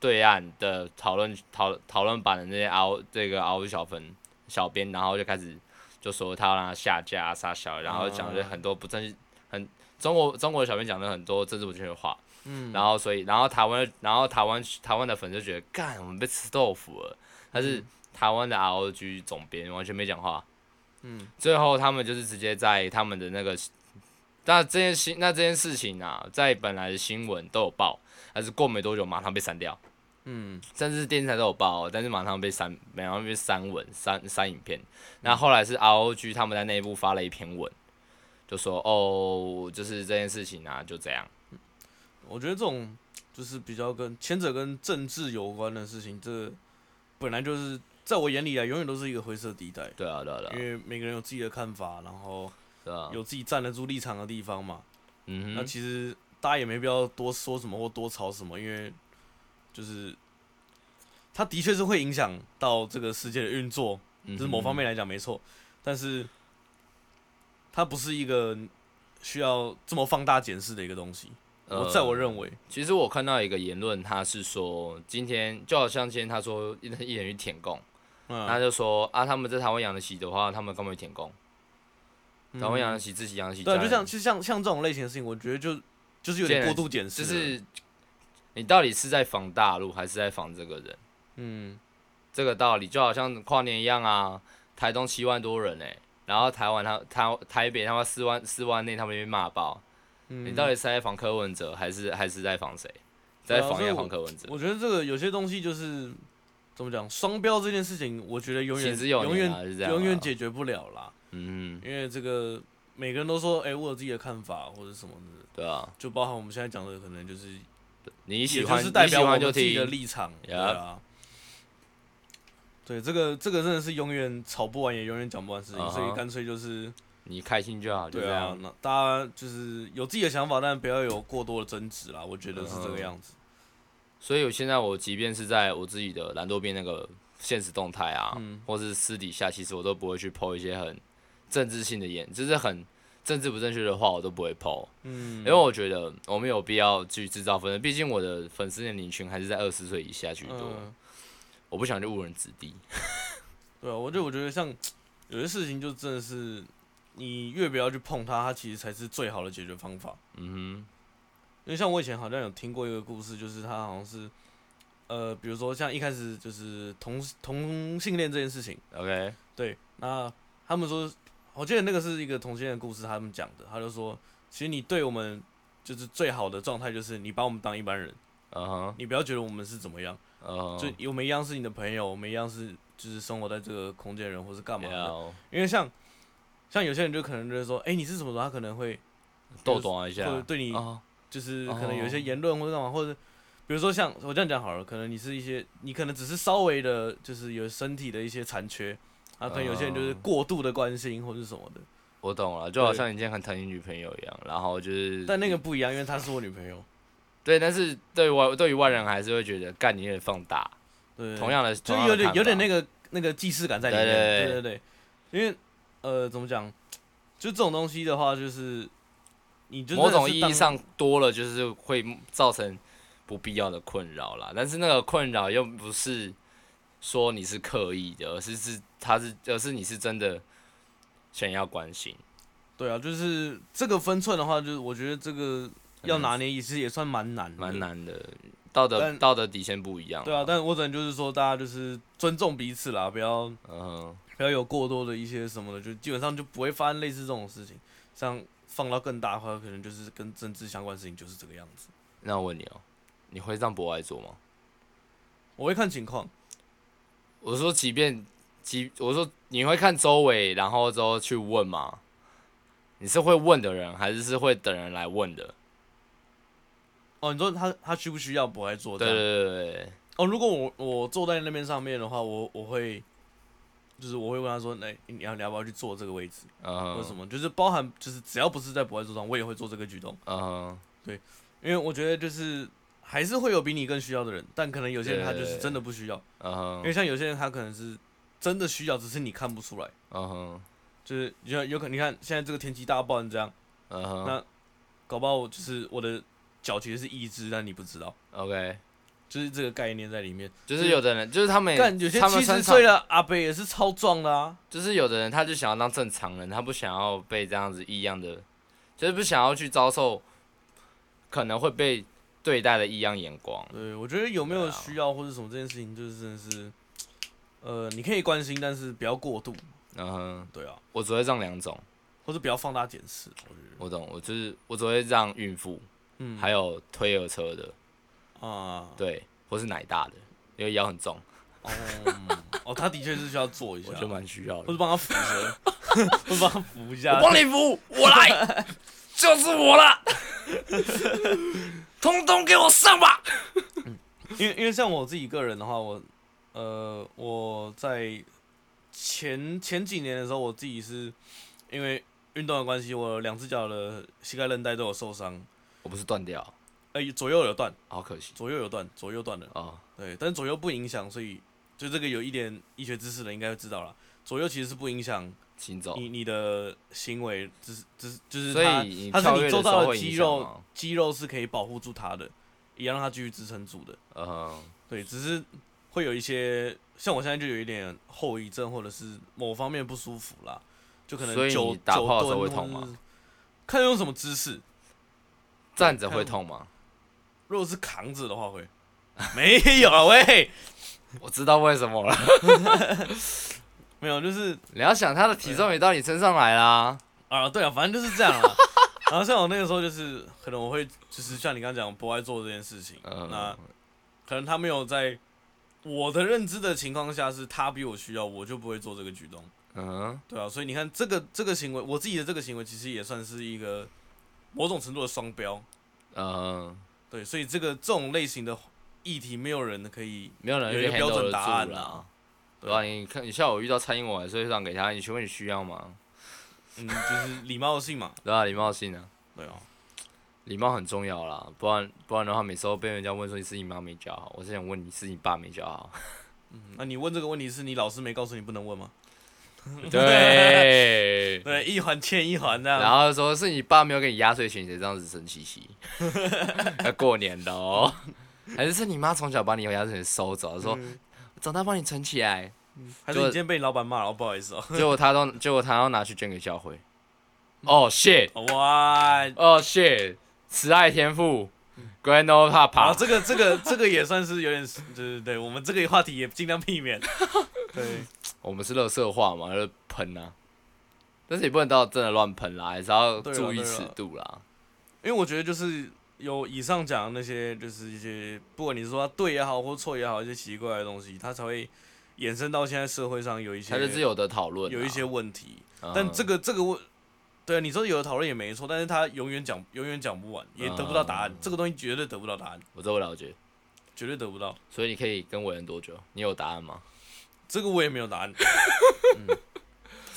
对岸的讨论讨讨论版的那些 R 这个 R O 小粉小编，然后就开始就说他要让他下架啊杀小，然啊后讲了很多不正很中国中国的小编讲了很多政治不正确的话，嗯然后所以，然后台湾，然后台湾台湾的粉就觉得，干，我们被吃豆腐了。但是台湾的 ROG 总编完全没讲话，嗯，最后他们就是直接在他们的那个，那这件新那这件事情啊，在本来的新闻都有报，但是过没多久马上被删掉，嗯甚至电视台都有报，哦但是马上被删，马上被删文删删影嗯片。那后来是 ROG 他们在内部发了一篇文，就说哦，就是这件事情啊，就这样。我觉得这种就是比较跟牵扯跟政治有关的事情，这本来就是在我眼里啊，永远都是一个灰色地带，对啊，对啊，对因啊，为每个人有自己的看法，然后对啊，有自己站得住立场的地方嘛。嗯哼，那其实大家也没必要多说什么或多吵什么，因为就是它的确是会影响到这个世界的运作，嗯这是某方面来讲没错，但是它不是一个需要这么放大检视的一个东西。哼。我在我呃认为，其实我看到一个言论，他是说今天就好像今天他说一人一人去舔供，他嗯，就说啊，他们在台湾养得起的话，他们干嘛去舔供？台湾养得嗯起自己养得起家对，人，就像就像像这种类型的事情，我觉得就就是有见点过仁度检视就了，是你到底是在防大陆还是在防这个人？嗯这个道理就好像跨年一样啊，台东七万多人哎、然后台湾他台台北他妈四万四万内他们被骂爆，嗯，你到底是在防柯文哲还是还是在防谁？对啊在防所以要我防柯文哲，我觉得这个有些东西就是怎么讲，双标这件事情，我觉得永其远实有永远、是这样啊，永远解决不了啦，嗯，因为这个每个人都说，哎、我有自己的看法或者什么的，对啊。就包含我们现在讲的，可能就是你喜也欢就是代表你我喜欢们就自己的听，立场，对 Yup 啊。对，这个这个真的是永远吵不完，也永远讲不完的事情啊哈所以干脆就是你开心就好，就对这啊样。，那大家就是有自己的想法，但不要有过多的争执啦。我觉得是这个嗯样子。所以我现在我即便是在我自己的懒惰边那个现实动态啊，嗯或是私底下，其实我都不会去 PO 一些很政治性的言，就是很政治不正确的话，我都不会 PO，、嗯，因为我觉得我没有必要去制造纷争，毕竟我的粉丝年龄群还是在二十岁以下居多，嗯我不想去误人子弟。对啊，我就我觉得像有些事情就真的是你越不要去碰它，它其实才是最好的解决方法。嗯因为像我以前好像有听过一个故事，就是他好像是呃，比如说像一开始就是同同性恋这件事情，哼，OK，对，那他们说，我记得那个是一个同性恋的故事，他们讲的，他就说，其实你对我们就是最好的状态，就是你把我们当一般人，嗯哼，你不要觉得我们是怎么样，嗯哼，就我们一样是你的朋友，我们一样是就是生活在这个空间的人，或是干嘛的。要因为像像有些人就可能就是说，哎、你是什么的，他可能会斗短一或下，者对你啊，就是哦可能有一些言论或者干嘛，或者比如说像我这样讲好了，可能你是一些你可能只是稍微的，就是有身体的一些残缺。啊，可能有些人就是哦过度的关心或者什么的，我懂了，就好像你今天很疼你女朋友一样，然后就是，但那个不一样，因为她是我女朋友。对，但是对外对于外人还是会觉得干你有点放大，对，同样的就是有点有点那个，个那个既视感在里面。对对对对，因为呃，怎么讲，就这种东西的话，就是你就真的某种是意当义上多了就是会造成不必要的困扰啦。但是那个困扰又不是说你是刻意的，而是是他是而是你是真的想要关心，对啊，就是这个分寸的话，就是我觉得这个要拿捏，其实也算蛮难的，蛮。难的，道德嗯但道德底线不一样。对啊，，但我只能就是说，大家就是尊重彼此啦，不要嗯哼，不要有过多的一些什么的，就基本上就不会发生类似这种事情。像放到更大的话，可能就是跟政治相关的事情就是这个样子。那我问你哦、你会让博爱做吗？我会看情况，我说，即便即我说你会看周围，然后之后去问吗？你是会问的人，还是是会等人来问的？哦，你说他他需不需要不爱做这对样？对对对，哦，如果我我坐在那边上面的话，我我会就是我会问他说，那、你要你要不要去坐这个位置，嗯或者什么？就是包含就是只要不是在不爱坐上，我也会做这个举动，嗯，因为我觉得就是还是会有比你更需要的人，但可能有些人他就是对真的不需要，嗯因哼为像有些人他可能是真的需要，只是你看不出来。嗯哼就是你看，有可你看现在这个天气大爆成这样，嗯哼那搞不好就是我的脚其实是一只，但你不知道， ，OK，就是这个概念在里面。就是有的人，就是他们也但有些哎他们七身十上岁了阿北也是超壮的啊，就是有的人他就想要当正常人，他不想要被这样子异样的，就是不想要去遭受可能会被对待的异样眼光。对，我觉得有没有对啊需要或者什么这件事情，就是真的是，呃，你可以关心，但是不要过度，嗯哼，对啊，我只会让两种，或者不要放大检视，我觉得，我懂，我就是我只会让孕妇，嗯，还有推儿车的，啊，对，或是奶大的，因为腰很重，哦，嗯哦，他的确是需要做一下我，就蛮需要或的者。帮他扶着， 或者帮他扶一下我，帮你扶，我 来，就是我啦，通通给我上吧。 因为因为像我自己个人的话，我呃我在前前几年的时候，我自己是因为运动的关系，我两只脚的膝盖韧带都有受伤，我不是断掉，哎、左右有断，好可惜左右有断，左右断了，哦。对，但左右不影响，所以就这个有一点医学知识的应该会知道了。左右其实是不影响行走，你你的行为，只是只是就是哦所它以你它跳是跃的你做时到候的会影肌响肉吗，肌肉是可以保护住它的，也让它继续支撑住的。嗯哼，对，只是会有一些，像我现在就有一点后遗症，或者是某方面不舒服啦，就可能所以久你打久炮的时蹲候会或痛是吗？看用什么姿势，站着会痛吗？如果是扛着的话会，没有啊喂，我知道为什么 了。没有，就是你要想他的体重也到你身上来啦。啊，对啊，反正就是这样啊。 然后像我那个时候就是，可能我会就是像你刚刚讲，不爱做这件事情，那嗯，可能他没有在我的认知的情况下，是他比我需要，我就不会做这个举动。嗯，对啊，所以你看这个这个行为，我自己的这个行为其实也算是一个某种程度的双标。嗯，对，所以这个这种类型的议题，没有人可以没有人有一去个标 handle 准得答案住啦啊。对吧？你看，你下午遇到蔡英文，所以让给他，你询问你需要吗？嗯，就是礼貌性嘛。对吧？礼貌性啊，对啊，礼貌很重要啦，不然不然的话，每次都被人家问说你是你妈没教好，我是想问你是你爸没教好。嗯那、你问这个问题是你老师没告诉你不能问吗？ 对，啊对，一环欠一环这样。然后说是你爸没有给你压岁钱，你才这样子生气气。 要过年的哦，还是是你妈从小把你压岁钱收走，说嗯长大帮你存起来，还是你就今天被你老板骂了，哦不好意思哦。结果他都结果他要拿去捐给教会。哦 shit，哇，哦 shit，慈爱天赋，Grand o Papa，好，这个这个这个也算是有点，对对对，我们这个话题也尽量避免。对，我们是乐色话嘛，就是喷啊。但是也不能到真的乱喷啦，还是要对啦注意对啦尺度啦。因为我觉得就是有以上讲的那些，就是一些不管你是说它对也好或错也好，一些奇怪的东西，它才会衍生到现在社会上有一些它就是有的讨论啦，有一些问题。嗯，但这个这个问，对啊，你说有的讨论也没错，但是它永远讲永远讲不完，也得不到答案。这个东西绝对得不到答案，我这我了解，绝对得不到。所以你可以跟伟人多久？你有答案吗？这个我也没有答 案，嗯，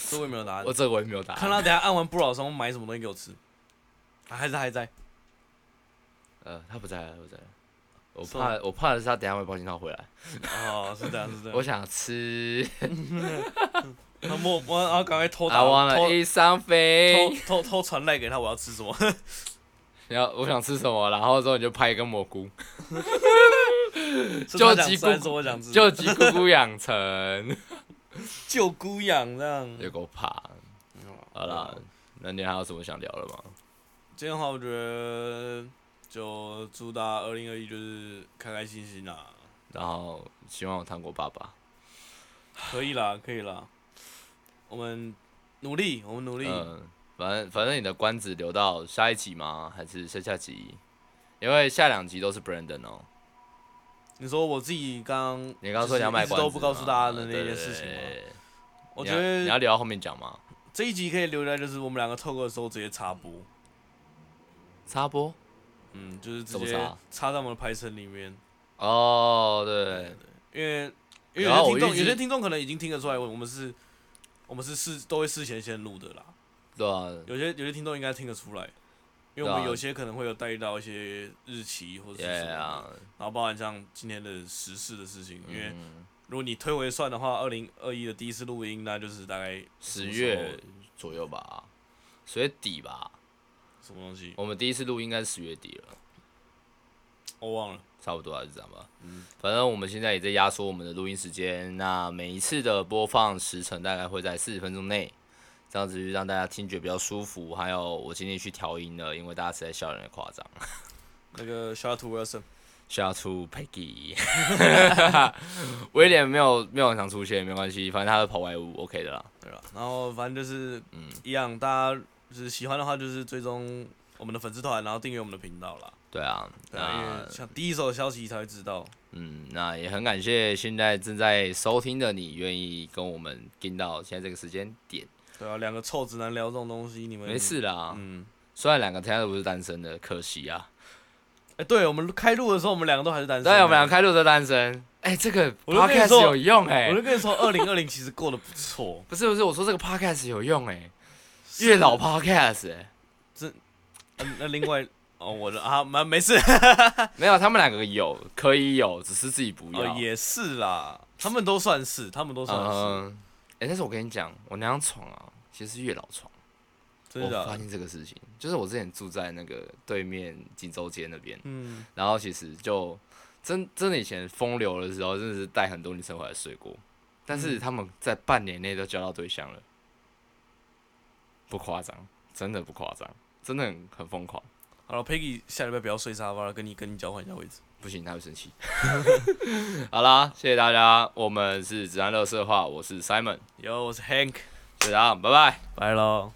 这个我也没有答案我。这个我也没有答案。啊看他等下按完不老松买什么东西给我吃，啊还是他还在？呃，他不在了，他不在了。我是吗怕，我怕的是他等一下会包心套回来。哦，是这样，是这我样。想吃那我我然后赶快偷，I 打， wanna 偷 eat something。偷偷偷传赖给他，我要吃什么？ 然后我想吃什么，然后之后你就拍一根蘑菇，是救他想急吃还顾是我想吃？救急姑姑养 成，救姑养这样。有够怕。好啦，嗯那你还有什么想聊的吗？今天的话，我觉得就祝大家二零二一就是开开心心啦，然后希望我糖果爸爸，可以啦，可以啦，我们努力，我们努力。嗯，反正反正你的关子留到下一集吗？还是下下集？因为下两集都是 Brandon 哦。你说我自己刚，你刚刚说你要卖关子就是一直啊都不告诉大家的那对对件事情对吗？对我你觉要你要得聊到后面讲吗？这一集可以留下来，就是我们两个透过的时候直接插播，插播？嗯，就是直怎么接查插在我们的排程里面，哦，对，因为因为有然后些我听众预计有些听众可能已经听得出来，我们是我们是事都会事前先录的啦，对啊，有些有些听众应该听得出来，对因为我啊们有些可能会有带到一些日期或者是什耶么的啊，然后包含像今天的时事的事情，因为嗯如果你推回算的话，二零二一的第一次录音，那就是大概什十么时月候左右吧，十月底吧，什么东西，我们第一次录应该是十月底了，我忘了。差不多啊，就这样吧。反正我们现在也在压缩我们的录音时间，那每一次的播放时程大概会在四十分钟内，这样子让大家听觉比较舒服。还有我今天去调音了，因为大家实在笑人的夸张。那个 Shout out to Wilson，笑出 Peggy，威廉没有没有很常出现，没关系，反正他会跑外屋，OK 的啦。对吧？然后反正就是嗯一样，大家就是喜欢的话，就是追踪我们的粉丝团，然后订阅我们的频道啦。对啊，对啊，因那为像第一手消息才会知道。嗯，那也很感谢现在正在收听的你，愿意跟我们跟到现在这个时间点，对啊，两个臭直男聊这种东西，你们没。事啊啦。嗯，虽然两个现在都不是单身的，可惜啊。哎、对我们开录的时候，我们两个都还是单身。对，我们俩。开路都单身。哎、这个我就跟你 podcast 说有用哎、我就跟你说，二零二零其实过得不 错。不是不是，我说这个 podcast 有用哎、月老 podcast 哎、嗯、那另外，哦，我的啊，没没事。没有，他们两个有可以有，只是自己不要。哦，也是啦，他们都算是，他们都算是，嗯，哎、但是我跟你讲，我那张床啊，其实是月老床。真的我发假的。现这个事情，就是我之前住在那个对面锦州街那边，嗯，然后其实就真真的以前风流的时候，真的是带很多女生回来睡过，但是嗯他们在半年内都交到对象了，不夸张，真的不夸张，真的很很疯狂。好了，Peggy 下礼拜不要睡沙发了，跟你跟你交换一下位置。不行，他会生气。 好啦，谢谢大家，我们是子安乐色话，我是 Simon， Yo，我是 Hank，谢谢大家，拜拜。拜喽。